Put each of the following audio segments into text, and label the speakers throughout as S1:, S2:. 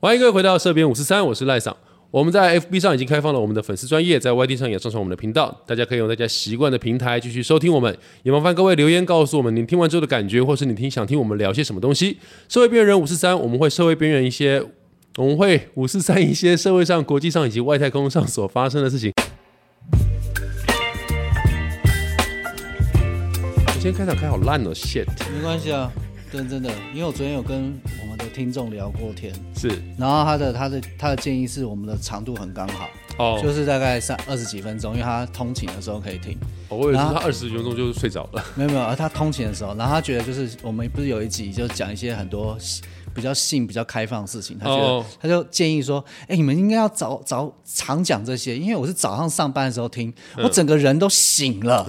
S1: 欢迎各位回到社编五四三，我是赖赏。我们在 FB 上已经开放了我们的粉丝专业，在 YT 上也上传我们的频道，大家可以用大家习惯的平台继续收听我们。也麻烦各位留言告诉我们你听完之后的感觉，或是你听想听我们聊些什么东西。社会边缘人五四三，我们会社会边缘一些，我们会五四三一些社会上、国际上以及外太空上所发生的事情。我今天开场开好烂哦，shit！
S2: 没关系啊，真真的，因为我昨天有跟我们的听众聊过天，
S1: 是
S2: 然后他的他的他的建议是我们的长度很刚好，
S1: 哦，
S2: 就是大概三二十几分钟，因为他通勤的时候可以听，
S1: 哦我以为是
S2: 然后
S1: 他二十分钟就睡着了。
S2: 没有没有，啊他通勤的时候，然后他觉得就是我们不是有一集就讲一些很多比较性比较开放的事情，他觉得、
S1: 哦
S2: 他就建议说，哎、你们应该要早早常讲这些，因为我是早上上班的时候听，
S1: 嗯
S2: 我整个人都醒 了，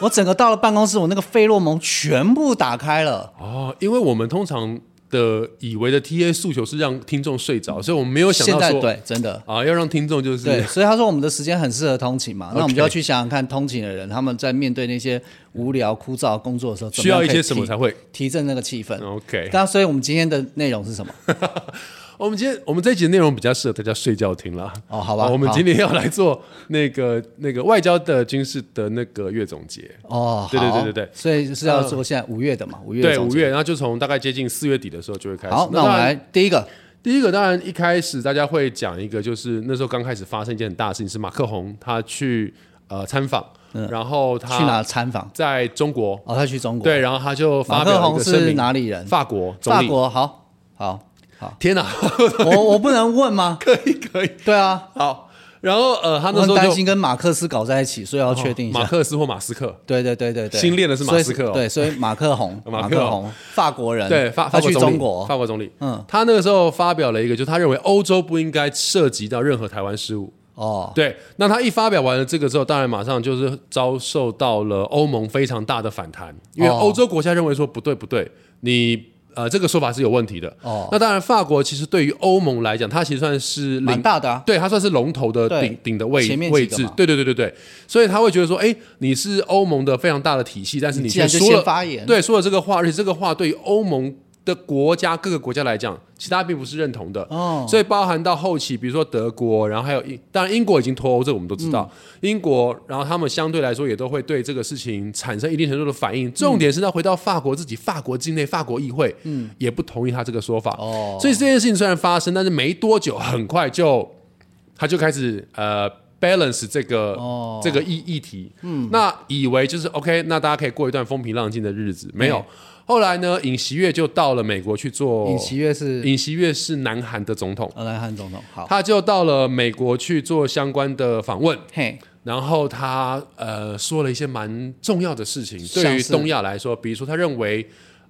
S2: 我整个到了办公室，我那个费洛蒙全部打开了。
S1: 哦，因为我们通常的以为的 TA 诉求是让听众睡着，所以我们没有想
S2: 现
S1: 到
S2: 在
S1: 说
S2: 对，真的。
S1: 啊，要让听众就是
S2: 对，所以他说我们的时间很适合通勤嘛，那我们
S1: OK
S2: 就要去想想看，通勤的人他们在面对那些无聊、枯燥的工作的时候，怎
S1: 需要
S2: 样
S1: 一
S2: 可以
S1: 些什么
S2: 提
S1: 才会嗯
S2: 提振那个气氛？
S1: OK。
S2: 那所以我们今天的内容是什么？
S1: 我们今天我们这一集的内容比较适合大家睡觉听啦。
S2: 哦好吧
S1: 我们
S2: 好
S1: 今天要来做那个那个外交的军事的那个月总结。
S2: 哦，
S1: 对对
S2: 好
S1: 对对对
S2: 所以是要做现在五月的嘛，五月的
S1: 对，
S2: 总
S1: 五
S2: 结。
S1: 月，然后就从大概接近四月底的时候就会开始。
S2: 好，那我
S1: 当
S2: 们
S1: 然
S2: 来第一个，
S1: 第一个当然一开始大家会讲一个，就是那时候刚开始发生一件很大的事情，是马克宏他去呃参访，然后他
S2: 去哪参访？
S1: 在中国，
S2: 哦，他去中国。，
S1: 对，然后他就发
S2: 马
S1: 表了
S2: 克
S1: 一
S2: 宏
S1: 个声
S2: 是
S1: 明，
S2: 哪里人？
S1: 法国总
S2: 法
S1: 理。
S2: 国。好，好，
S1: ，
S2: 好
S1: 天哪，
S2: 我我不能问吗？
S1: 可以可以，
S2: 对啊，
S1: 好。然后呃，他那
S2: 我
S1: 时
S2: 很
S1: 候
S2: 担
S1: 就
S2: 心跟马克思搞在一起，所以要确定一下
S1: 马。克思或马斯克，
S2: 对对对对对，
S1: 新练的是马斯克哦，
S2: 所以对，所以马克宏
S1: 马克宏
S2: 马克宏，法国人，
S1: 对法
S2: 嗯他
S1: 法国
S2: 去
S1: 总理
S2: 中国，
S1: 法国总理，
S2: 嗯，
S1: 他那个时候发表了一个，就他认为欧洲不应该涉及到任何台湾事务。
S2: 哦，
S1: 对，那他一发表完了这个之后，当然马上就是遭受到了欧盟非常大的反弹，因为
S2: 哦
S1: 欧洲国家认为说不对不对，你呃这个说法是有问题的。
S2: 哦，
S1: 那当然，法国其实对于欧盟来讲，它其实算是领
S2: 蛮大的啊，
S1: 对，它算是龙头的
S2: 对
S1: 顶顶的位
S2: 前面几个
S1: 位置
S2: 嘛，
S1: 对对对对对，所以他会觉得说，哎，你是欧盟的非常大的体系，但是你
S2: 既
S1: 却
S2: 然就
S1: 说
S2: 先
S1: 了，
S2: 发言，
S1: 对，说了这个话，而且这个话对于欧盟的国家各个国家来讲，其他并不是认同的，
S2: 哦，
S1: 所以包含到后期，比如说德国，然后还有英，当然英国已经脱欧，这个我们都知道，
S2: 嗯
S1: 英国，然后他们相对来说也都会对这个事情产生一定程度的反应。重点是要回到法国自己，法国境内，法国议会，嗯，也不同意他这个说法，
S2: 哦，
S1: 所以这件事情虽然发生，但是没多久，很快就他就开始呃 balance 这个、
S2: 哦
S1: 这个议议题。嗯，那以为就是 OK，那大家可以过一段风平浪静的日子，没有。后来呢，尹锡悦就到了美国去做。
S2: 尹锡悦是
S1: 哦尹锡悦是南韩的总统，
S2: 阿南汉总统，好，
S1: 他就到了美国去做相关的访问，
S2: 嘿，
S1: 然后他呃说了一些蛮重要的事情，
S2: 像
S1: 对于
S2: 是
S1: 东亚来说，比如说他认为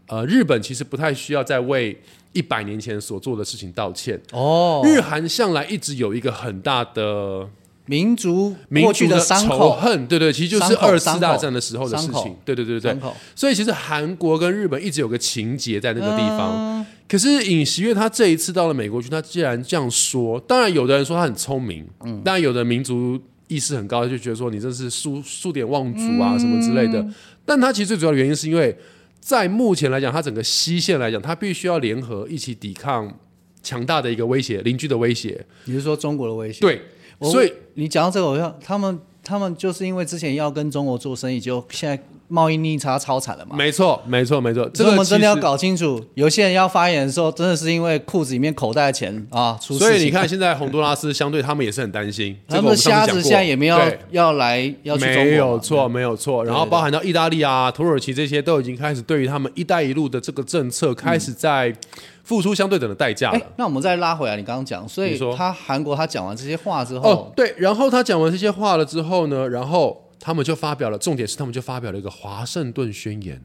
S1: 呃日本其实不太需要再为一百年前所做的事情道歉。
S2: 哦，
S1: 日韩向来一直有一个很大的
S2: 民族
S1: 民
S2: 过
S1: 族
S2: 去
S1: 的
S2: 伤
S1: 仇
S2: 口，
S1: 恨，对对，其实就是
S2: 伤口
S1: 二次
S2: 伤
S1: 大
S2: 口
S1: 战的时候的事
S2: 伤
S1: 情
S2: 口，
S1: 对对对对
S2: 伤。口，
S1: 所以其实韩国跟日本一直有个情节在那个地
S2: 嗯
S1: 方。可是尹锡悦他这一次到了美国去，他既然这样说，当然有的人说他很聪明，嗯，当然有的民族意识很高，就觉得说你这是数数典忘祖啊、什么之类的。
S2: 嗯
S1: 但他其实最主要的原因是因为，在目前来讲，他整个西线来讲，他必须要联合一起抵抗强大的一个威胁，邻居的威胁。
S2: 你是说中国的威胁？
S1: 对，
S2: 我
S1: 所以
S2: 你讲到这个，我要他们他们就是因为之前要跟中国做生意，就现在贸易逆差超惨了嘛。
S1: 没错，没错，没错，这
S2: 所以
S1: 个
S2: 我们真的
S1: 其
S2: 要
S1: 实
S2: 搞清楚，有些人要发言的时候，真的是因为裤子里面口袋的钱啊出事情。
S1: 所以你看，现在洪都拉斯相对他们也是很担 心，这
S2: 他
S1: 个
S2: 们
S1: 我
S2: 的
S1: 上次
S2: 瞎
S1: 讲
S2: 子
S1: 过
S2: 现在也没有
S1: 对
S2: 要来要去中国嘛，
S1: 没有错，没有错。然后
S2: 对对对
S1: 包含到意大利啊、土耳其这些，都已经开始对于他们“一带一路”的这个政策开始在付出相对等的代价
S2: 对。
S1: 了
S2: 嗯
S1: 哦
S2: 哎。，那我们再拉回来，你刚刚讲，所
S1: 你
S2: 以
S1: 说
S2: 他韩国他讲完这些话之
S1: 哦
S2: 后，，
S1: 对。然后他讲完这些话了之后呢，然后他们就发表了，重点是他们就发表了一个华盛顿宣言，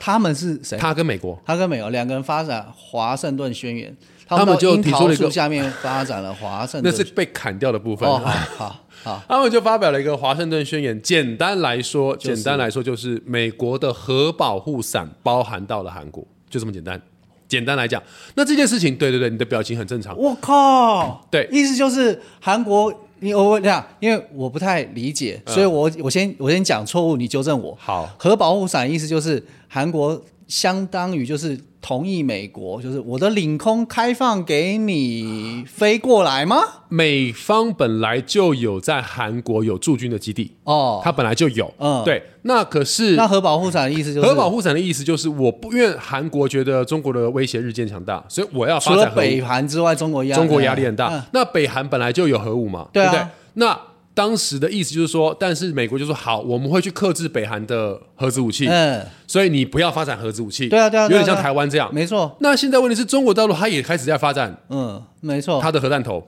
S2: 他们是谁？
S1: 他跟美国。
S2: 他跟美国两个人发展华盛顿宣言，
S1: 他们
S2: 到
S1: 就
S2: 樱
S1: 提出
S2: 桃
S1: 了一个
S2: 树下面发展了华盛
S1: 那
S2: 顿。
S1: 是被砍掉的部分，
S2: 哦，好好好，
S1: 他们就发表了一个华盛顿宣言。简单来说，
S2: 就是
S1: 简单来说就是美国的核保护伞包含到了韩国，就这么简单。简单来讲，那这件事情，对对对，你的表情很正常。
S2: 我靠！
S1: 对
S2: 意思就是韩国，你我我讲，因为我不太理
S1: 嗯
S2: 解，所以我我先我先讲错误，你纠正我。
S1: 好，
S2: 核保护伞意思就是韩国相当于就是同意美国，就是我的领空开放给你飞过来吗？
S1: 美方本来就有在韩国有驻军的基地，
S2: 哦，
S1: 它本来就有。
S2: 嗯
S1: 对，那可是
S2: 那核保护伞的意思就是
S1: 核保护伞的意思就是，我不因为韩国觉得中国的威胁日渐强大，所以我要
S2: 除
S1: 发
S2: 了
S1: 展核武。
S2: 北韩之外，中国压
S1: 中国压力很大。
S2: 嗯
S1: 那北韩本来就有核武嘛，
S2: 对啊
S1: 不对？那当时的意思就是说，但是美国就说好，我们会去克制北韩的核子武器，
S2: 嗯，
S1: 所以你不要发展核子武器。
S2: 对啊对啊
S1: 有
S2: 对啊
S1: 点像
S2: 对啊
S1: 台湾这样。
S2: 没错，
S1: 那现在问题是中国大陆，它也开始在发展
S2: 嗯，没错，
S1: 它的核弹头。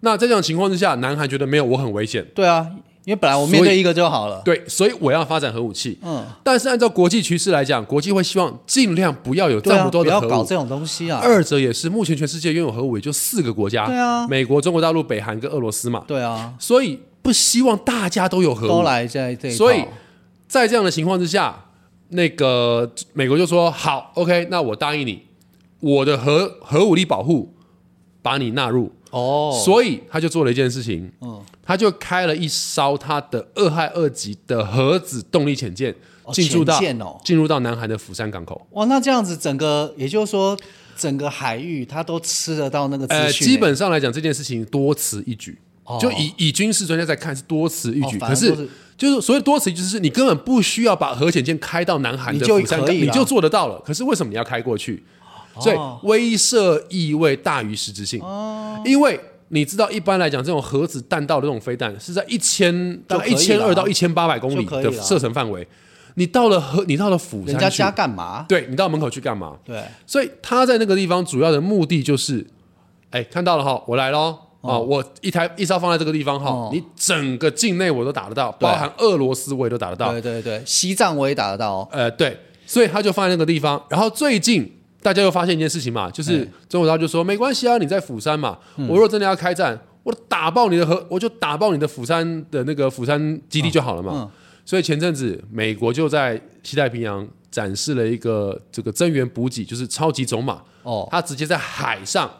S1: 那在这种情况之下，南韩觉得没有我很危险，
S2: 对啊，因为本来我面
S1: 所
S2: 对
S1: 以
S2: 一个就好了，
S1: 对，所以我要发展核武器。
S2: 嗯，
S1: 但是按照国际局势来讲，国际会希望尽量不要有
S2: 对
S1: 这
S2: 啊，
S1: 么多
S2: 不
S1: 的
S2: 要
S1: 核
S2: 搞
S1: 武。
S2: 这种东西啊，
S1: 二者也是，目前全世界拥有核武也就四个国家，
S2: 对啊
S1: 美国、中国大陆、北韩跟俄罗斯嘛。
S2: 对啊，
S1: 所以不希望大家都有核
S2: 都
S1: 武。
S2: 来在这一套，
S1: 所以在这样的情况之下，那个美国就说好，OK，那我答应你，我的核核武力保护把你纳入。
S2: 哦，
S1: 所以他就做了一件事情，
S2: 嗯
S1: 他就开了一艘他的二亥二级的核子动力潜舰
S2: 哦
S1: 进入到
S2: 潜舰哦
S1: 进入到南韩的釜山港口。
S2: 哇，那这样子整个，也就是说，整个海域它都吃得到那个
S1: 呃，
S2: 资讯欸、
S1: 基本上来讲，这件事情多此一举。
S2: 哦
S1: 就以以军事专家在看是多此一举，
S2: 哦反
S1: 可
S2: 正
S1: 是
S2: 都是
S1: 就是所谓多此一举，就是你根本不需要把核潜舰开到南韩的
S2: 你就
S1: 釜山
S2: 可
S1: 港，
S2: 以了哦
S1: 你就做得到了。可是为什么你要开过去？所以威慑意味大于实质性，
S2: 哦
S1: 因为你知道，一般来讲，这种核子弹道的这种飞弹是在一千
S2: 就
S1: 到
S2: 可以
S1: 一
S2: 了
S1: 千二到一千八百公里
S2: 就可以
S1: 的
S2: 了
S1: 射程范围，你到了核，你到了釜
S2: 人家
S1: 山去
S2: 家，干嘛？
S1: 对你到门口去干嘛？
S2: 对，
S1: 所以他在那个地方主要的目的就是，哎，看到了哈，我来喽。啊、我一台一艘放在这个地方哈，
S2: 哦
S1: 你整个境内我都打得到，
S2: 对
S1: 包含俄罗斯我也都打得到。
S2: 对对对，西藏我也打得到哦。
S1: 呃，对，所以他就放在那个地方。然后最近大家又发现一件事情嘛，
S2: 哎
S1: 就是中国大陆就说没关系啊，你在釜山嘛，
S2: 嗯
S1: 我如果真的要开战，我打爆你的核，我就打爆你的釜山的那个釜山基地就好了
S2: 嗯
S1: 嘛。所以前阵子美国就在西太平洋展示了一个这个增援补给，就是超级种马
S2: 哦嗯
S1: 它直接在海上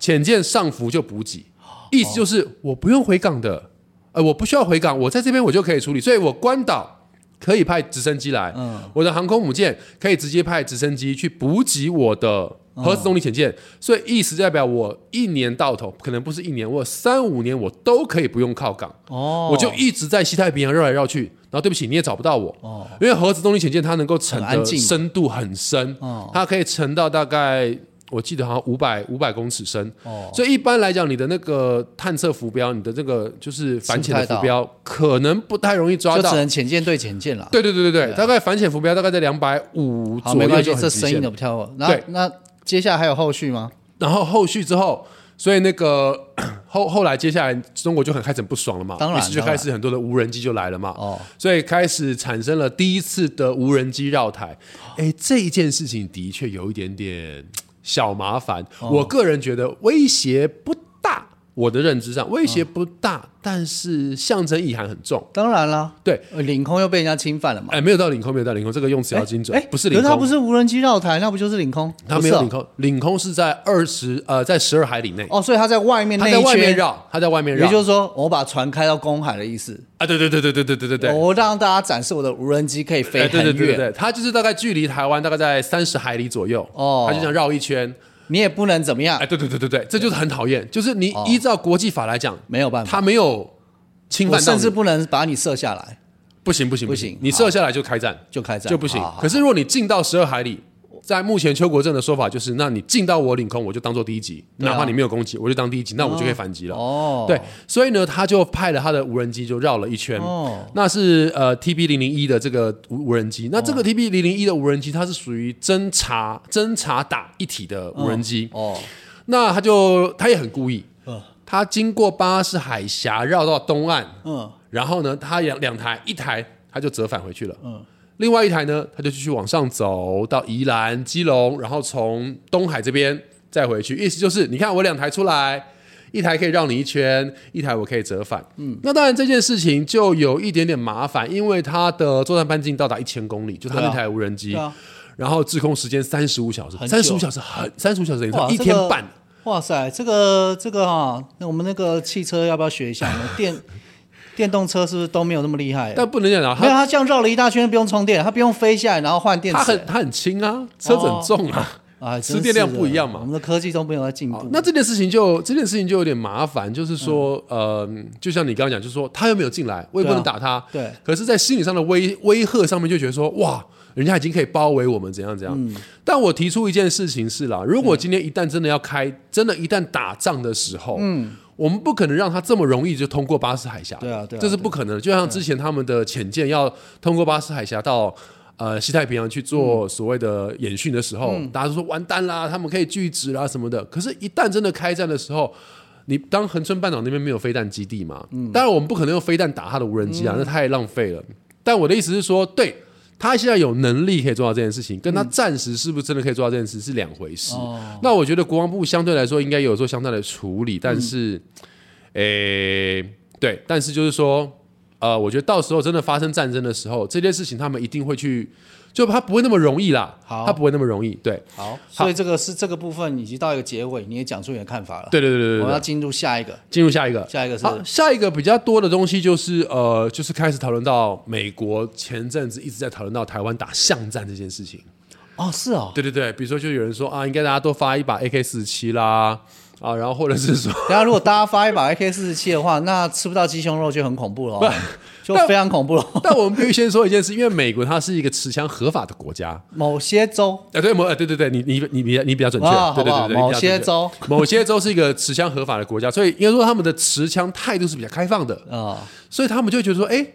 S1: 潜舰上浮就补给，
S2: 哦
S1: 意思就是我不用回港的。呃，我不需要回港，我在这边我就可以处理，所以我关岛可以派直升机来，
S2: 嗯
S1: 我的航空母舰可以直接派直升机去补给我的
S2: 嗯
S1: 核子动力潜舰，所以意思代表我一年到头，可能不是一年，我三五年我都可以不用靠港，
S2: 哦，
S1: 我就一直在西太平洋绕来绕去。然后对不起，你也找不到我，因为核子动力潜舰它能够沉
S2: 哦很安
S1: 的
S2: 静嘛
S1: 深度很深，
S2: 哦
S1: 它可以沉到大概我记得好像五百五百公尺深，
S2: 哦
S1: 所以一般来讲，你的那个探测浮标，你的这个就是反潜的浮标，可能不太容易抓
S2: 就只
S1: 到。
S2: 能潜舰对潜舰了。
S1: 对对对对对，大概反潜浮标大概在两百五
S2: 啊好，
S1: 左
S2: 没
S1: 右
S2: 关系
S1: 就，很
S2: 这
S1: 极
S2: 生意
S1: 限
S2: 都。不跳过。那
S1: 对
S2: 那接下来还有后续吗？
S1: 然后后续之后， 所以那个后后来接下来中国就很开始很不爽了嘛，
S2: 当然
S1: 于是就开始很多的无人机就来了嘛，
S2: 哦，
S1: 所以开始产生了第一次的无人机绕台。
S2: 哦
S1: 哎，这一件事情的确有一点点小麻烦，
S2: 哦
S1: 我个人觉得威胁不大。我的认知上威胁不大，
S2: 哦
S1: 但是象征意涵很重。
S2: 当然啦，
S1: 对
S2: 呃领空又被人家侵犯了嘛。
S1: 哎，没有到领空，没有到领空，这个用词要精准
S2: 哎，，
S1: 不是
S2: 可
S1: 领
S2: 它不
S1: 空，
S2: 是无人机绕台，那不就是领空？
S1: 它没有
S2: 不
S1: 领
S2: 是哦
S1: 空，领空是在二十呃，在十二海里内，
S2: 哦，所以它在外面
S1: 它
S2: 那
S1: 在
S2: 一
S1: 外面
S2: 圈，
S1: 绕，它在外面绕
S2: 也，就是说，我把船开到公海的意思，
S1: 啊，对对对对对对对对对。
S2: 我让大家展示我的无人机可以飞
S1: 哎，
S2: 很
S1: 对对对对
S2: 远。
S1: 对，它就是大概距离台湾大概在三十海里左右，
S2: 哦
S1: 它就想绕一圈，
S2: 你也不能怎么样
S1: 哎，，对对对对对，这就是很讨厌，就是你依照国际法来讲，
S2: 哦没有办法，
S1: 它没有侵
S2: 我
S1: 犯到
S2: 甚
S1: 你，
S2: 至不能把你射下来
S1: 不行不行
S2: 不
S1: 行
S2: 行，
S1: 你射下来就开战
S2: 就开战，
S1: 就不行
S2: 好。好
S1: 可是如果你进到十二海里，在目前邱国正的说法就是，那你进到我领空，我就当做第一级，
S2: 对啊
S1: 哪怕你没有攻击，我就当第一级，那我就可以反击了。
S2: 哦，
S1: 对，所以呢，他就派了他的无人机就绕了一圈。
S2: 哦
S1: 那是呃 TB 零零一的这个无无人机，那这个 TB 零零一的无人机，它是属于侦察侦察打一体的无人机。
S2: 哦，
S1: 那他就他也很故意，
S2: 嗯
S1: 他经过巴士海峡绕到东岸，
S2: 嗯，
S1: 然后呢，他两两台，一台他就折返回去了，
S2: 嗯
S1: 另外一台呢，他就继续往上走到宜兰、基隆，然后从东海这边再回去，意思就是你看我两台出来。一台可以绕你一圈，一台我可以折返。嗯，那当然这件事情就有一点点麻烦，因为它的作战半径到达一千公里，就它
S2: 对啊
S1: 那台无人机，
S2: 对啊，
S1: 然后滞空时间三十五小时，
S2: 很久
S1: 三十五小时很三十五小时等于
S2: 哇
S1: 说一天
S2: 这个
S1: 半，
S2: 哇塞，这个这个哈、那我们那个汽车要不要学一下？我们电 电动车是不是都没有那么厉害？
S1: 但不能这样讲，
S2: 没有，
S1: 它
S2: 它这样绕了一大圈不用充电，它不用飞下来然后换电
S1: 它
S2: 池
S1: 很。它很轻啊，车子很重啊。
S2: 啊，
S1: 吃
S2: 真是
S1: 电量不
S2: 的
S1: 一样嘛
S2: 我们的科技都没有在进步。
S1: 哦那这件事情就这件事情就有点麻烦，就是说，
S2: 嗯
S1: 呃，就像你刚刚讲，就是说他又没有进来，我也不能
S2: 对
S1: 打他。
S2: 对
S1: 可是，在心理上的威威吓上面，就觉得说，哇，人家已经可以包围我们，怎样怎样。
S2: 嗯
S1: 但我提出一件事情是啦，如果今天一旦真的要开，真的，一旦打仗的时候，嗯。我们不可能让他这么容易就通过巴士海峡，
S2: 对啊对啊
S1: 这是不可能的。就像之前他们的潜舰要通过巴士海峡到呃西太平洋去做
S2: 嗯
S1: 所谓的演训的时候，大家都说完蛋啦，他们可以拒止啦什么的。可是，一旦真的开战的时候，你当恒春半岛那边没有飞弹基地嘛，
S2: 嗯
S1: 当然我们不可能用飞弹打他的无人机啊，那太浪费了。但我的意思是说，对他现在有能力可以做到这件事情，跟他
S2: 嗯
S1: 暂时是不是真的可以做到这件事是两回事。
S2: 哦
S1: 那我觉得国防部相对来说应该有做相对的处理，
S2: 嗯
S1: 但是，诶、对，但是就是说，呃，我觉得到时候真的发生战争的时候，这件事情他们一定会去，就他不会那么容易啦，
S2: 好
S1: 他不会那么容易。对，
S2: 好，所以这个是这个部分已经到一个结尾，你也讲出你的看法了。
S1: 对对对对
S2: 我
S1: 对
S2: 们
S1: 对
S2: 要。进入下一个，
S1: 进入下一个，
S2: 下一个是
S1: 好，下一个比较多的东西就是呃，就是开始讨论到美国前阵子一直在讨论到台湾打巷战这件事情。
S2: 哦，是哦，
S1: 对对对，比如说就有人说啊，应该大家多发一把 AK 四七啦，啊，然后或者是 说，
S2: 等一下如果大家发一把 AK 四十七的话，那吃不到鸡胸肉就很恐怖了、 哦，就非常恐怖了。
S1: 但我们必须先说一件事，因为美国它是一个持枪合法的国家。
S2: 某些州
S1: 啊，对，某呃，对对对，你你你比较你比较准确
S2: 哇，
S1: 对对
S2: 好
S1: 对
S2: 不
S1: 对，
S2: 好
S1: 你比较准确
S2: 某些州，
S1: 某些 州是一个持枪合法的国家，所以应该说他们的持枪态度是比较开放的。
S2: 啊、
S1: 所以他们就会觉得说，哎、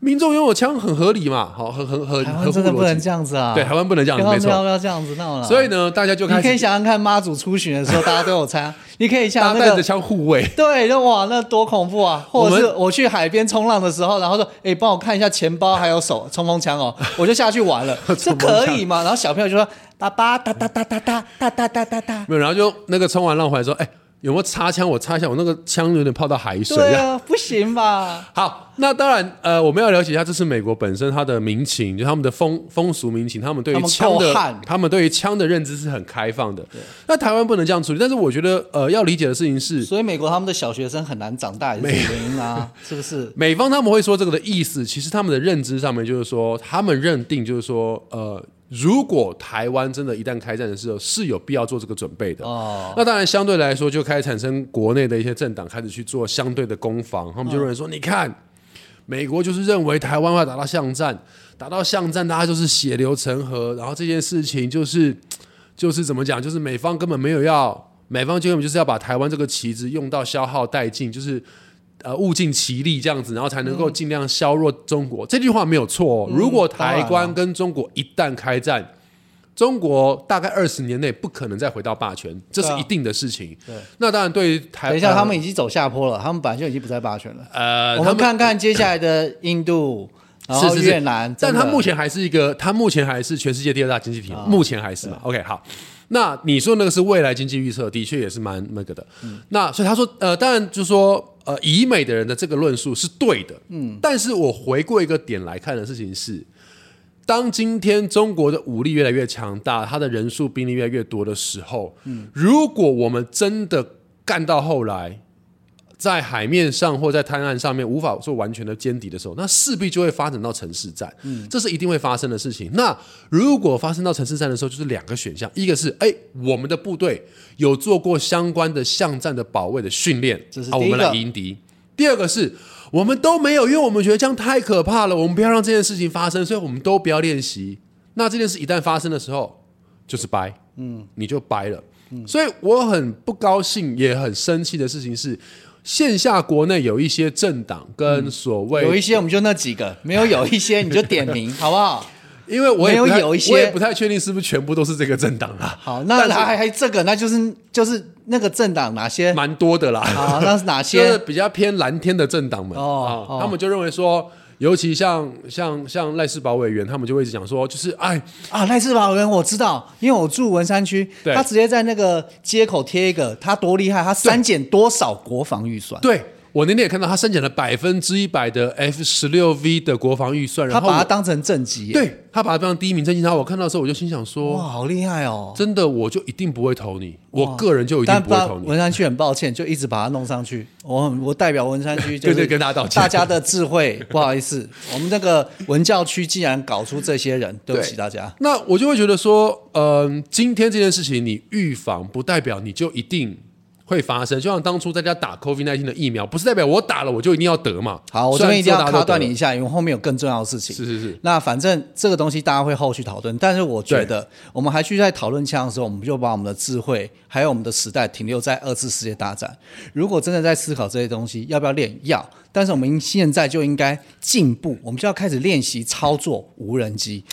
S1: 民众拥有枪很合理嘛，好，很很很
S2: 台
S1: 合
S2: 湾
S1: 乎
S2: 真的不
S1: 逻
S2: 能
S1: 辑。
S2: 这样子啊，
S1: 对，台湾不能这样
S2: 不
S1: 子，
S2: 要
S1: 没
S2: 不要
S1: 错。
S2: 不要这样子闹了。
S1: 所以
S2: 以
S1: 呢，大家就
S2: 你
S1: 开
S2: 可以
S1: 始
S2: 想想看，妈祖出巡的时候，大家都 有枪，你可以
S1: 大
S2: 像
S1: 家
S2: 那
S1: 带
S2: 个
S1: 着枪护卫。
S2: 对，那哇，那多恐怖啊！或者是我去海边冲浪的时候，然后说：“哎、帮我看一下钱包还有手冲锋枪哦。”我就下去 玩了，这可以吗？然后小朋友就说：“爸爸，哒哒哒哒哒哒哒哒哒哒。
S1: 没有，然后就那个冲完浪回来说，哎、有没有擦枪？我擦一下，我那个枪有点泡到海”水。
S2: 对啊，不行吧？
S1: 好，那当然，呃，我们要了解一下，这是美国本身它的民情，就他们的风风俗民情，他们对于
S2: 他们
S1: 枪
S2: 够
S1: 的，
S2: 悍
S1: 他们对于枪的认知是很开放的。那台湾不能这样处理，但是我觉得，呃，要理解的事情是，
S2: 所以美国他们的小学生很难长大，也是这个原 因啊，是不是？
S1: 美方他们会说这个的意思，其实他们的认知上面就是说，他们认定就是说，呃，如果台湾真的一旦开战的时候，是有必要做这个准备的。
S2: 哦，
S1: 那当然，相对来说就开始产生国内的一些政党开始去做相对的攻防，他们就认为说，你看，美国就是认为台湾要打到巷战，打到巷战，大家就是血流成河，然后这件事情就是就是怎么讲，就是美方根本没有要，美方根本就是要把台湾这个旗帜用到消耗殆尽，就是。呃，物尽其力这样子，然后才能
S2: 嗯
S1: 够尽量削弱中国。这句话没有错、哦。如果台
S2: 当然
S1: 湾跟中国一旦开战，中国大概二十年内不可能再回到霸权，这是
S2: 对啊
S1: 一定的事情。
S2: 对
S1: 那当然对于台，
S2: 等一下，
S1: 呃
S2: 他们已经走下坡了，他们本来就已经不在霸权了。
S1: 呃，
S2: 我
S1: 他
S2: 们看看接下来的印度，然
S1: 是
S2: 后
S1: 是是
S2: 越南，
S1: 但他
S2: 真的啊
S1: 目前还是一个，他目前还是全世界第二大经济体，目前还是嘛。OK，好，那你说那个是未来经济预测，的确也是蛮那个的。
S2: 嗯
S1: 那所以他说，呃，当然就是说，呃，以美的人的这个论述是对的，嗯，但是我回过一个点来看的事情是。当今天中国的武力越来越强大，它的人数兵力越来越多的时候，
S2: 嗯
S1: 如果我们真的干到后来，在海面上或在滩岸上面无法做完全的歼敌的时候，那势必就会发展到城市战，这是一定会发生的事情。那如果发生到城市战的时候，就是两个选项，一个是哎、我们的部队有做过相关的巷战的保卫的训练，
S2: 这是
S1: 啊，
S2: 第
S1: 我
S2: 一个
S1: 们来迎敌；第二个是我们都没有，因为我们觉得这样太可怕了，我们不要让这件事情发生，所以我们都不要练习。那这件事一旦发生的时候，就是掰，嗯，你就掰了。所以我很不高兴，也很生气的事情是，线下国内有一些政党跟所谓，
S2: 有一些我们就那几个，没有有一些你就 点名，好不好？
S1: 因为我也不
S2: 没有
S1: 太
S2: 有一些
S1: 我也不太确定是不是全部都是这个政党啦，
S2: 好，那
S1: 但是
S2: 还还还这个，那就是就是那个政党哪些？
S1: 蛮多的啦。
S2: 好，那 是哪
S1: 就是
S2: 些？
S1: 比较偏蓝天的政党们啊、
S2: 哦哦
S1: 他们就认为说，尤其像像像赖世宝委员，他们就会一直讲说，就是哎，
S2: 啊，赖世宝人我知道，因为我住文山区，
S1: 对
S2: 他直接在那个街口贴一个，他多厉害，他删减多少国防预算？
S1: 对我那天也看到他申请了百分之一百的 F 十六 V 的国防预算，
S2: 他
S1: 然后
S2: 把它
S1: 我
S2: 当成正极，，
S1: 对他把它当成第一名政绩，然后我看到的时候我就心想
S2: 哇，
S1: 说，
S2: 好厉害哦！
S1: 真的我就一定不会投你，我个人就一定
S2: 但
S1: 不会投你。
S2: 文山区很抱歉，就一直把它弄上去。我很我代表文山 区，就是
S1: 对对跟大家道歉
S2: 大家的智慧，不好 意思，我们那个文教区竟然搞出这些人，对不起
S1: 对
S2: 大家。
S1: 那我就会觉得说，嗯、今天这件事情你预防，不代表你就一定会发生。就像当初大家打 COVID 1 9的疫苗，不是代表我打了我就一定要得嘛。
S2: 好，我
S1: 虽
S2: 这
S1: 然
S2: 边一定要
S1: 说大家
S2: 卡
S1: 都
S2: 断
S1: 得
S2: 你一下，因为后面有更重要的事情。
S1: 是是是，
S2: 那反正这个东西大家会后续讨论，但是我觉得我们还去在讨论枪的时候，我们就把我们的智慧还有我们的时代停留在二次世界大战。如果真的在思考这些东西，要不要练？要，但是我们现在就应该进步，我们就要开始练习操作无 人机。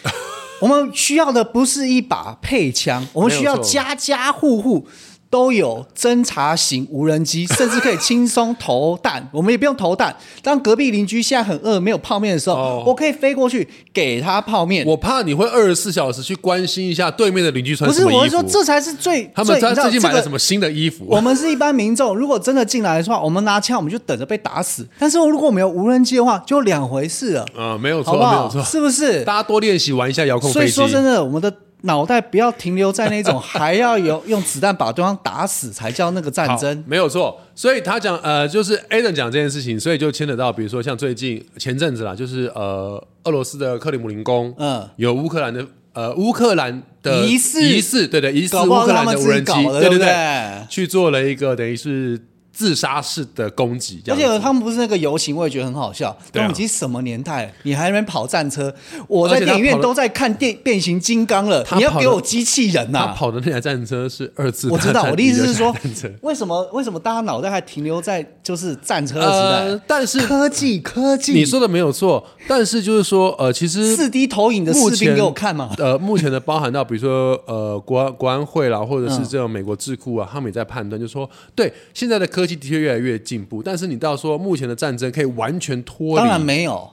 S2: 我们需要的不是一把配枪，我们需要
S1: 没有错
S2: 家家户户都有侦察型无人机，甚至可以轻松投弹。我们也不用投弹，当隔壁邻居现在很饿没有泡面的时候，
S1: 哦
S2: 我可以飞过去给他泡面。
S1: 我怕你会二十四小时去关心一下对面的邻居穿
S2: 不
S1: 什
S2: 是，
S1: 么衣服。
S2: 我是说这才是最
S1: 他们
S2: 最
S1: 他
S2: 你知道
S1: 最近买
S2: 这
S1: 了
S2: 个
S1: 什么新的衣服？
S2: 我们是一般民众，如果真的进来的话，我们拿枪我们就等着被打死。但是如果我们有无人机的话，就两回事了，
S1: 嗯，没有错，
S2: 好不
S1: 没有
S2: 好？
S1: 错。
S2: 是不是？
S1: 大家多练习玩一下遥控
S2: 所
S1: 飞
S2: 以
S1: 机
S2: 说。真的，我们的脑袋不要停留在那种还要有用子弹把对方打死才叫那个战
S1: 好
S2: 争。
S1: 哦没有错，所以他讲呃，就是 Adam 讲这件事情，所以就牵扯到，比如说像最近前阵子啦，就是呃，俄罗斯的克里姆林宫，
S2: 嗯
S1: 嗯，有乌克兰的呃乌克兰的
S2: 疑似
S1: 疑似对对疑似
S2: 搞
S1: 乌
S2: 不好
S1: 克兰
S2: 他们
S1: 的
S2: 自
S1: 无
S2: 己
S1: 人机，
S2: 搞的
S1: 对
S2: 对不
S1: 对
S2: 对
S1: 去做了一个等于是自杀式的攻击，这
S2: 而
S1: 样
S2: 且
S1: 子
S2: 他们不是那个游行，我也觉得很好笑。
S1: 对
S2: 都
S1: 啊
S2: 已经什么年代了，你还在那边跑战车？我在
S1: 而且他
S2: 电影院
S1: 跑得
S2: 都在看电变形金刚了，
S1: 他
S2: 你要
S1: 跑
S2: 给
S1: 得
S2: 我机器人啊呐、
S1: 他跑的那台战车是二次
S2: 我知
S1: 大
S2: 道，
S1: 战
S2: 我的意思是说
S1: 一二战车，
S2: 为什么为什么大家脑袋还停留在就是战车的时
S1: 呃
S2: 代？，
S1: 但是
S2: 科技科技，
S1: 你说的没有错，但是就是说呃，其实
S2: 四 D 投影的士
S1: 目
S2: 兵
S1: 前
S2: 给我看嘛？
S1: 呃，目前的包含到比如说呃国安国安会啦，或者
S2: 嗯
S1: 是这种美国智库啊，他们也在判断，就说对现在的科技的确越来越进步，但是你到说目前的战争可以完全脱
S2: 当然
S1: 离
S2: 没有，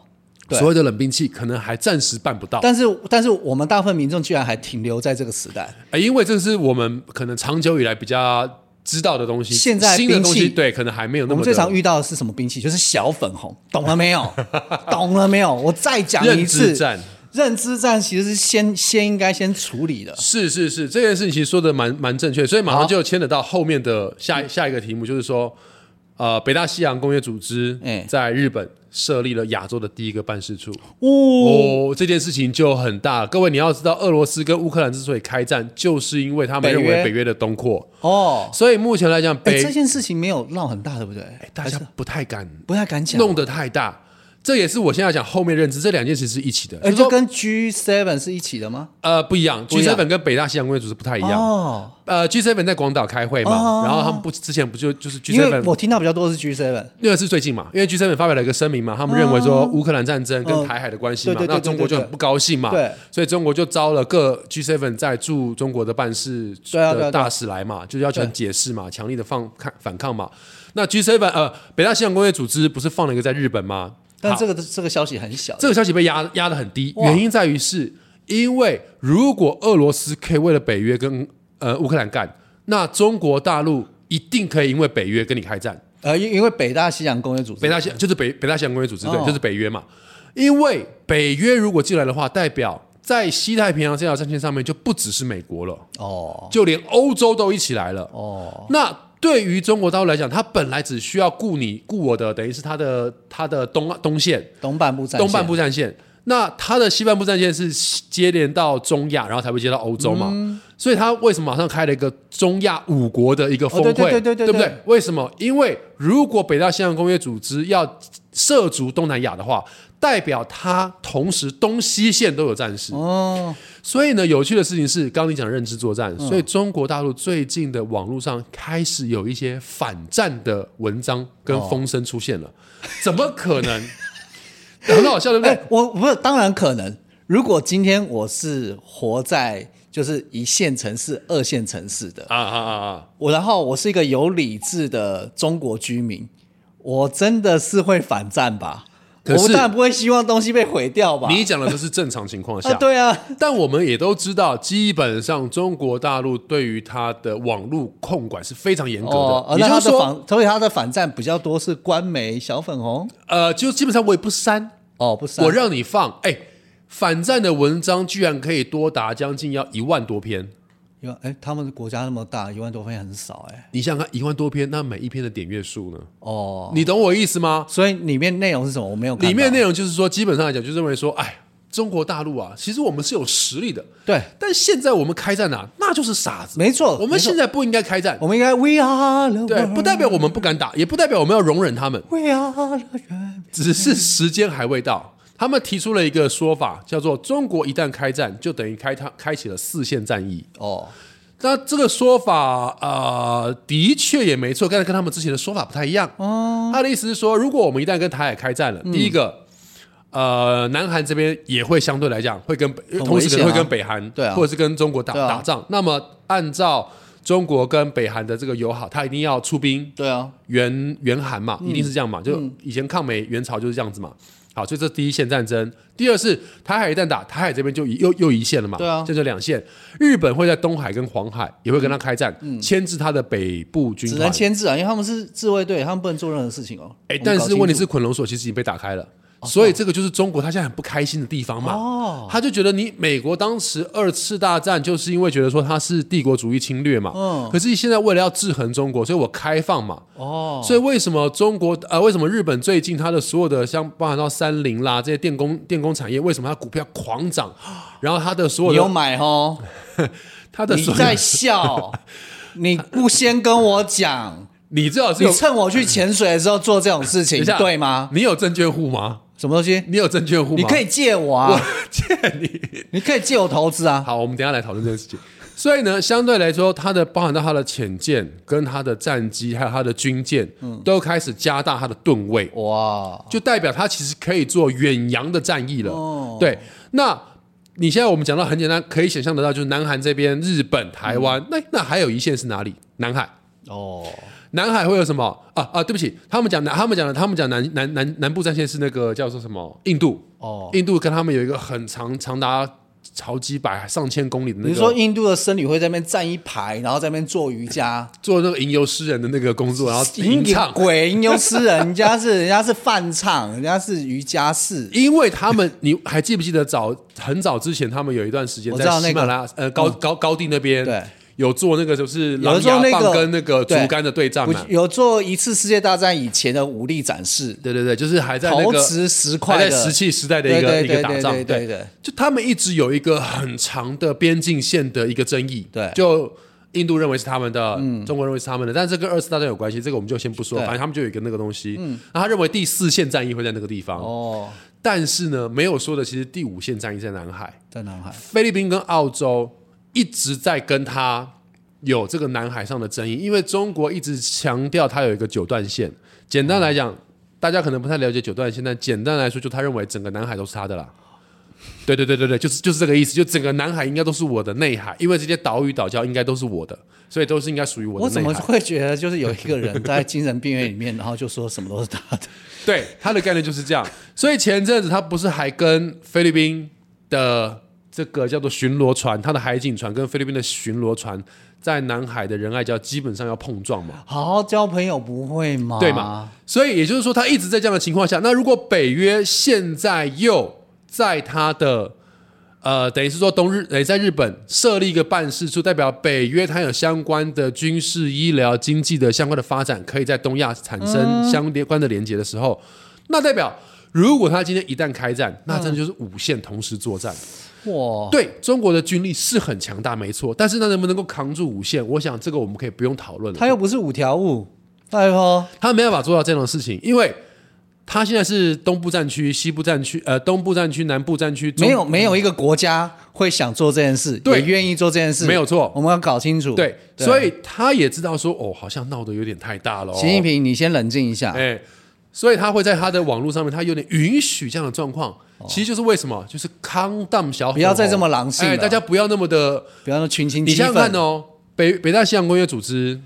S2: 对
S1: 所谓的冷兵器，可能还暂时办不到。
S2: 但是但是我们大部分民众居然还停留在这个时代。
S1: 呃因为这是我们可能长久以来比较知道的东西，
S2: 现在
S1: 新的
S2: 兵
S1: 东
S2: 器
S1: 西对可能还没有那
S2: 我
S1: 么
S2: 们最
S1: 的
S2: 常遇到的是什么兵器？就是小粉红，懂了没有？ 懂了没有？我再讲一
S1: 认知
S2: 次，
S1: 战。
S2: 认知战其实是先先应该先处理的。
S1: 是是是，这件事情其实说的蛮蛮正确，所以马
S2: 好
S1: 上就牵扯到后面的
S2: 嗯
S1: 下下一个题目，就是说，呃，北大西洋工业组织
S2: 哎
S1: 在日本设立了亚洲的第一个办事处。
S2: 哦，
S1: 哦，这件事情就很大。各位你要知道，俄罗斯跟乌克兰之所以开战，就是因为他们
S2: 北
S1: 认
S2: 约
S1: 为北约的东扩，
S2: 哦，
S1: 所以目前来讲，
S2: 哎、
S1: 北、
S2: 这件事情没有闹很大，对不对？
S1: 哎大家不太敢
S2: 不太敢讲，
S1: 弄得太大。这也是我现在讲后面认知，这两件事是一起的，就
S2: 哎、
S1: 是
S2: 就
S1: 说
S2: 跟 G Seven 是一起的吗？
S1: 呃不一样。
S2: 不一
S1: G
S2: 样
S1: 7本跟北大西洋公约组织不太一样，
S2: 哦，
S1: 呃，G seven 在广岛开会嘛，
S2: 哦
S1: 然后他们不之前不就就是 G
S2: 因为
S1: seven
S2: 我听到比较多是 G Seven，
S1: 那个是最近嘛，因为 G seven 发表了一个声明嘛，他们认为说乌克兰战争跟台海的关系嘛，
S2: 哦对对对
S1: 那中国就
S2: 对对
S1: 很
S2: 对
S1: 不高兴嘛，
S2: 对
S1: 所以中国就招了各 G seven 在驻中国的办事
S2: 对啊对啊对啊
S1: 的大使来嘛，就是要求
S2: 对
S1: 解释嘛，强力的放抗反抗嘛。那 G seven 呃，北大西洋工业组织不是放了一个在日本吗？
S2: 但
S1: 好
S2: 这个这个消息很小，
S1: 这个消息被压压得很低，
S2: 哇
S1: 原因在于是因为如果俄罗斯可以为了北约跟呃乌克兰干，那中国大陆一定可以因为北约跟你开战。
S2: 呃，因因为北大西洋工业组织，
S1: 北大西就是北北大西洋公约组织，对，
S2: 哦
S1: 就是北约嘛。因为北约如果进来的话，代表在西太平洋这条战线上面就不只是美国了，
S2: 哦
S1: 就连欧洲都一起来了。
S2: 哦，
S1: 那对于中国大陆来讲，它本来只需要顾你顾我的，等于是它的它的东东线，
S2: 东半部战线，
S1: 东半部战线。那它的西半部战线是接连到中亚，然后才会接到欧洲嘛。
S2: 嗯
S1: 所以它为什么马上开了一个中亚五国的一个峰会？
S2: 哦对对对对对
S1: 不对
S2: 对？
S1: 为什么？因为如果北大西洋公约组织要涉足东南亚的话，代表它同时东西线都有战事。
S2: 哦，
S1: 所以呢，有趣的事情是，刚刚你讲认知作
S2: 嗯
S1: 战，所以中国大陆最近的网络上开始有一些反战的文章跟
S2: 哦
S1: 风声出现了，怎么可能？ 很好笑，对不
S2: 哎、
S1: 对？
S2: 我不是，当然可能。如果今天我是活在就是一线城市、二线城市的，
S1: 啊啊啊啊！
S2: 我然后我是一个有理智的中国居民，我真的是会反战吧？
S1: 可
S2: 我
S1: 是
S2: 当然不会希望东西被毁掉吧？
S1: 你讲的就是正常情况
S2: 啊
S1: 下，，
S2: 对啊，
S1: 但我们也都知道，基本上中国大陆对于它的网络控管是非常严格的。
S2: 哦，哦
S1: 也
S2: 那
S1: 就
S2: 他
S1: 是
S2: 的
S1: 说，
S2: 反，所以他的反战比较多是官媒、小粉红。
S1: 呃，就基本上我也不删，
S2: 哦，不是啊，
S1: 我让你放。哎，反战的文章居然可以多达将近要一万多篇，
S2: 因为哎，他们国家那么大，一万多分也很少哎。
S1: 你想想看，一万多篇，那每一篇的点阅数呢？
S2: 哦，
S1: 你懂我意思吗？
S2: 所以里面内容是什么？我没有看到。
S1: 里面内容就是说，基本上来讲，就认为说，哎，中国大陆啊，其实我们是有实力的，
S2: 对，
S1: 但现在我们开战啊，那就是傻子。
S2: 没错，
S1: 我们
S2: 没错
S1: 现在不应该开战，
S2: 我们应该 We are the
S1: 对，不代表我们不敢打，也不代表我们要容忍他们，
S2: We are the world
S1: 只是时间还未到。他们提出了一个说法，叫做“中国一旦开战，就等于开他开启了四线战役
S2: 哦，”。
S1: 那这个说法，呃，的确也没错，但是跟他们之前的说法不太一样。哦，他的意思是说，如果我们一旦跟台海开战了，第一
S2: 嗯
S1: 个，呃，南韩这边也会相对来讲会跟北，
S2: 很
S1: 同时可
S2: 危险
S1: 能
S2: 啊
S1: 会跟北韩，
S2: 对啊
S1: 或者是跟中国打、
S2: 对啊
S1: 打仗。那么，按照中国跟北韩的这个友好，他一定要出兵
S2: 对啊，
S1: 援援韩嘛，
S2: 嗯
S1: 一定是这样嘛，就以前抗美援朝就是这样子嘛。好，所以这是第一线战争。第二是台海一旦打，台海这边就一又又一线了嘛，
S2: 对啊
S1: 这就两线。日本会在东海跟黄海也会跟他开战，牵制他的北部军
S2: 嗯只
S1: 团
S2: 能。牵制啊，因为他们是自卫队，他们不能做任何事情哦。
S1: 哎
S2: 我，们
S1: 但
S2: 搞
S1: 是
S2: 清
S1: 问题
S2: 楚
S1: 是，捆龙锁其实已经被打开了，所以这个就是中国他现在很不开心的地方嘛。
S2: 哦，
S1: 他就觉得你美国当时二次大战就是因为觉得说他是帝国主义侵略嘛，
S2: 嗯
S1: 可是现在为了要制衡中国，所以我开放嘛，
S2: 哦，
S1: 所以为什么中国呃，为什么日本最近它的所有的像包含到三菱啦这些电工电工产业，为什么它股票狂涨？ 然后它的所
S2: 你
S1: 有
S2: 有
S1: 的
S2: 买哦？
S1: 它的
S2: 你
S1: 所有
S2: 在 笑，你不先跟我讲，
S1: 你最好是
S2: 你
S1: 有
S2: 趁我去潜水的时候做这种事情
S1: 等一，下
S2: 对吗？
S1: 你有证券户吗？
S2: 什么东西？
S1: 你有证券户吗？
S2: 你可以借我
S1: 我
S2: 啊，
S1: 借 你。
S2: 你可以借我投资啊。
S1: 好，我们等一下来讨论这件事情。所以呢，相对来说，它的包含到它的潜舰、跟它的战机，还有它的军舰，
S2: 嗯
S1: 都开始加大它的吨位。
S2: 哇，
S1: 就代表他其实可以做远洋的战役了。
S2: 哦
S1: 对，那你现在我们讲到很简单，可以想象得到，就是南韩这边、日本、台湾，
S2: 嗯
S1: 那那还有一线是哪里？南海。
S2: 哦，
S1: 南海会有什么啊啊？对不起，他们讲南，他们讲的，他们讲南南南南部战线是那个叫做什么？印度
S2: 哦，
S1: 印度跟他们有一个很长长达好几百上千公里的那
S2: 你说
S1: 个
S2: 印度的僧侣会在那边站一排，然后在那边做瑜伽，
S1: 做那个吟游诗人的那个工作，然 后吟
S2: 有
S1: 唱，
S2: 鬼，吟游诗人，人家是人家是饭唱，人家是瑜伽室，
S1: 因为他们，你还记不记得早很早之前，他们有一段时间
S2: 我
S1: 在
S2: 知道那个嗯
S1: 喜马拉雅呃高高高地那边，
S2: 对，
S1: 有做那个就是狼
S2: 有做
S1: 牙
S2: 那个
S1: 棒跟那个竹竿的对战
S2: 不
S1: 嘛，
S2: 有做一次世界大战以前的武力展示，
S1: 对对对，就是还在那
S2: 陶
S1: 个
S2: 瓷石
S1: 还
S2: 块
S1: 在
S2: 的
S1: 石器时代的
S2: 对
S1: 一个
S2: 对
S1: 一个
S2: 对
S1: 打
S2: 对
S1: 仗，
S2: 对对对，
S1: 就他们一直有一个很长的边境线的一个争议，
S2: 对嗯
S1: 就。印度认为是他们的，中国认为是他们的，但这跟二次大战有关系，这个我们就先不说。
S2: 对嗯
S1: 反正他们就有一个那个东西，那他认为第四线战役会在那个地方，
S2: 哦，
S1: 但是呢，没有说的其实第五线战役在南海，
S2: 在南海，
S1: 菲律宾跟澳洲一直在跟他有这个南海上的争议，因为中国一直强调它有一个九段线。简单来讲，大家可能不太了解九段线，但简单来说，就他认为整个南海都是他的啦。对对对对对，就是就是这个意思，就整个南海应该都是我的内海，因为这些岛屿岛礁应该都是我的，所以都是应该属于我
S2: 我
S1: 的
S2: 怎
S1: 内
S2: 么
S1: 海。
S2: 会觉得就是有一个人在精神病院里面，然后就说什么都是他的？
S1: 对，他的概念就是这样。所以前阵子他不是还跟菲律宾的这个叫做巡逻船，他的海警船跟菲律宾的巡逻船在南海的仁爱礁基本上要碰撞嘛，
S2: 好好交朋友不会吗？
S1: 对嘛？？所以也就是说，他一直在这样的情况下，那如果北约现在又在他的。呃，等于是说东日，呃，在日本设立一个办事处，代表北约它有相关的军事、医疗、经济的相关的发展，可以在东亚产生相关的连接的时候，那代表如果他今天一旦开战，那真的就是五线同时作战。
S2: 哇，
S1: 对中国的军力是很强大，没错，但是那能不能够扛住五线，我想这个我们可以不用讨论了。
S2: 他又不是五条悟，拜托，
S1: 他没办法做到这样的事情，因为他现在是东部战区、西部战区、呃东部战区、南部战区，中
S2: 没有没有一个国家会想做这件事，
S1: 对
S2: 也愿意做这件事，
S1: 没有错，
S2: 我们要搞清楚。啊
S1: 对，所以他也知道说，哦，好像闹得有点太大了、哦。
S2: 习近平，你先冷静一下。
S1: 哎，所以他会在他的网络上面，他有点允许这样的状况，其实就是为什么，就是康荡小，
S2: 哦不要再这么狼性了
S1: 哎，大家不要那么的，
S2: 不要说群情
S1: 你
S2: 激
S1: 想想看，
S2: 愤
S1: 哦，北北大西洋公约组织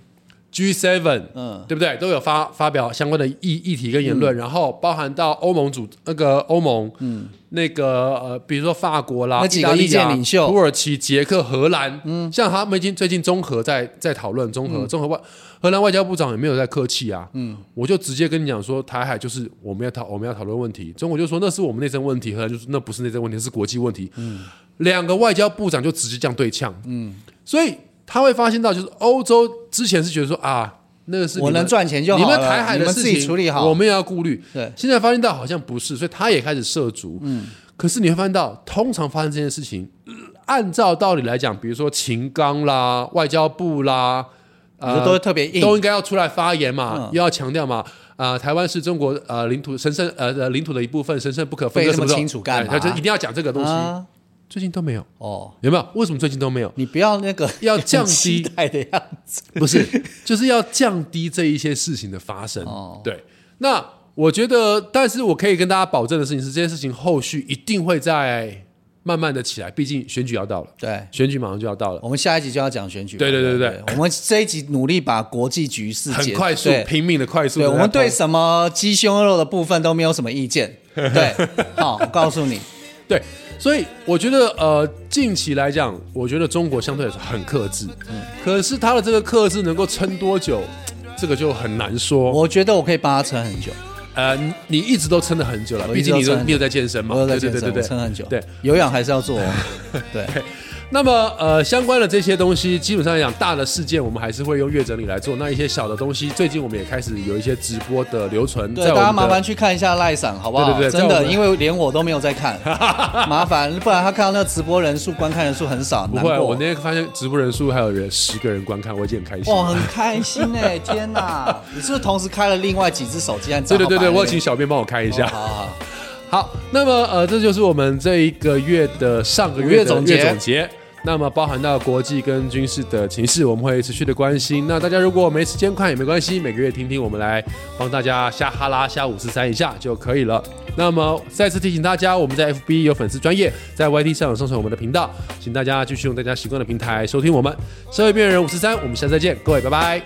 S1: G7，
S2: 嗯
S1: 对不对？都有发发表相关的议议题跟言论，然后包含到欧盟组那个欧盟，嗯，那个呃，比如说法国啦、
S2: 那几个
S1: 意大利啊
S2: 意见领袖
S1: 土耳其、捷克、荷兰，嗯，像他们已经最近综合在在讨论综
S2: 嗯
S1: 合综合外，荷兰外交部长也没有在客气啊，嗯，我就直接跟你讲说，台海就是我们要讨我们要讨论问题，中国就说那是我们内政问题，荷兰就说那不是内政问题，是国际问题，嗯，两个外交部长就直接这样对呛，嗯，所以他会发现到就是欧洲之前是觉得说啊。那个是你们
S2: 我能赚钱就好
S1: 你们
S2: 了
S1: 台海
S2: 你
S1: 的
S2: 们
S1: 事
S2: 自己
S1: 情
S2: 处理好
S1: 我们也要顾虑。
S2: 对，
S1: 现在发现到好像不是，所以他也开始涉足。嗯，可是你会发现到，通常发生这件事情，呃按照道理来讲，比如说秦刚啦、外交部啦，
S2: 你说
S1: 呃，
S2: 都会特别硬，
S1: 都应该要出来发言嘛
S2: 嗯，
S1: 又要强调嘛。啊、台湾是中国呃领土神圣呃呃领土的一部分，神圣不可分割，
S2: 背那
S1: 什
S2: 么
S1: 么的
S2: 清楚干嘛
S1: 哎他就一定要讲这个东西。
S2: 啊
S1: 最近都没有，
S2: 哦，
S1: 有没有？为什么最近都 没有？
S2: 你不要那个
S1: 要降低
S2: 期待的样子。
S1: 不是，就是要降低这一些事情的发生。
S2: 哦
S1: 对，那我觉得，但是我可以跟大家保证的事情是，这些事情后续一定会在慢慢的起来，毕竟选举要到了，
S2: 对，
S1: 选举马上就要到了，
S2: 我们下一集就要讲选举嘛。
S1: 对对对
S2: 对
S1: 对
S2: 我们这一集努力把国际局势
S1: 很
S2: 解
S1: 快速，
S2: 对
S1: 拼命的快速地
S2: 对，
S1: 在
S2: 我
S1: 跑。
S2: 们对什么鸡胸肉的部分都没有什么意见。 对，好，我告诉你，
S1: 对，所以我觉得呃，近期来讲，我觉得中国相对来说很克制，
S2: 嗯
S1: 可是它的这个克制能够撑多久，这个就很难说。
S2: 我觉得我可以帮他撑很久，
S1: 呃，你你一直都撑了很久了，
S2: 我一
S1: 毕
S2: 直
S1: 竟
S2: 都
S1: 你都
S2: 撑很
S1: 你有在健身嘛，
S2: 我有在
S1: 对
S2: 健
S1: 对
S2: 身，
S1: 对对对，
S2: 我撑很久，
S1: 对，
S2: 有氧还是要做哦。对，
S1: 那么呃，相关的这些东西，基本上来讲，大的事件我们还是会用月整理来做。那一些小的东西，最近我们也开始有一些直播的留存，
S2: 对，
S1: 在我们
S2: 大家
S1: 的
S2: 麻烦去看一下赖赏，好不好？
S1: 对对对
S2: 真
S1: 在我
S2: 的，
S1: 们
S2: 因为连我都没有 在看，麻烦，不然他看到那个直播人数、观看人数很少，
S1: 不
S2: 难
S1: 会，啊
S2: 过。
S1: 我那天发现直播人数还有人十个人观看，我已经很开心。
S2: 哇，很开心哎、天哪！你是不是同时开了另外几只手机？按
S1: 对对对对，
S2: 账号
S1: 我
S2: 摆在那边
S1: 请小编帮我开一下。
S2: 好好好，
S1: 好，那么呃，这就是我们这一个月的上个月的
S2: 五月总结
S1: 月总结。那么包含到国际跟军事的情势，我们会持续的关心。那大家如果没时间看也没关系，每个月听听我们来帮大家瞎哈拉瞎五四三一下就可以了。那么再次提醒大家，我们在 FB 有粉丝专业，在 YT 上有上传我们的频道，请大家继续用大家习惯的平台收听我们。社会边缘人五四三，我们下次再见，各位拜拜。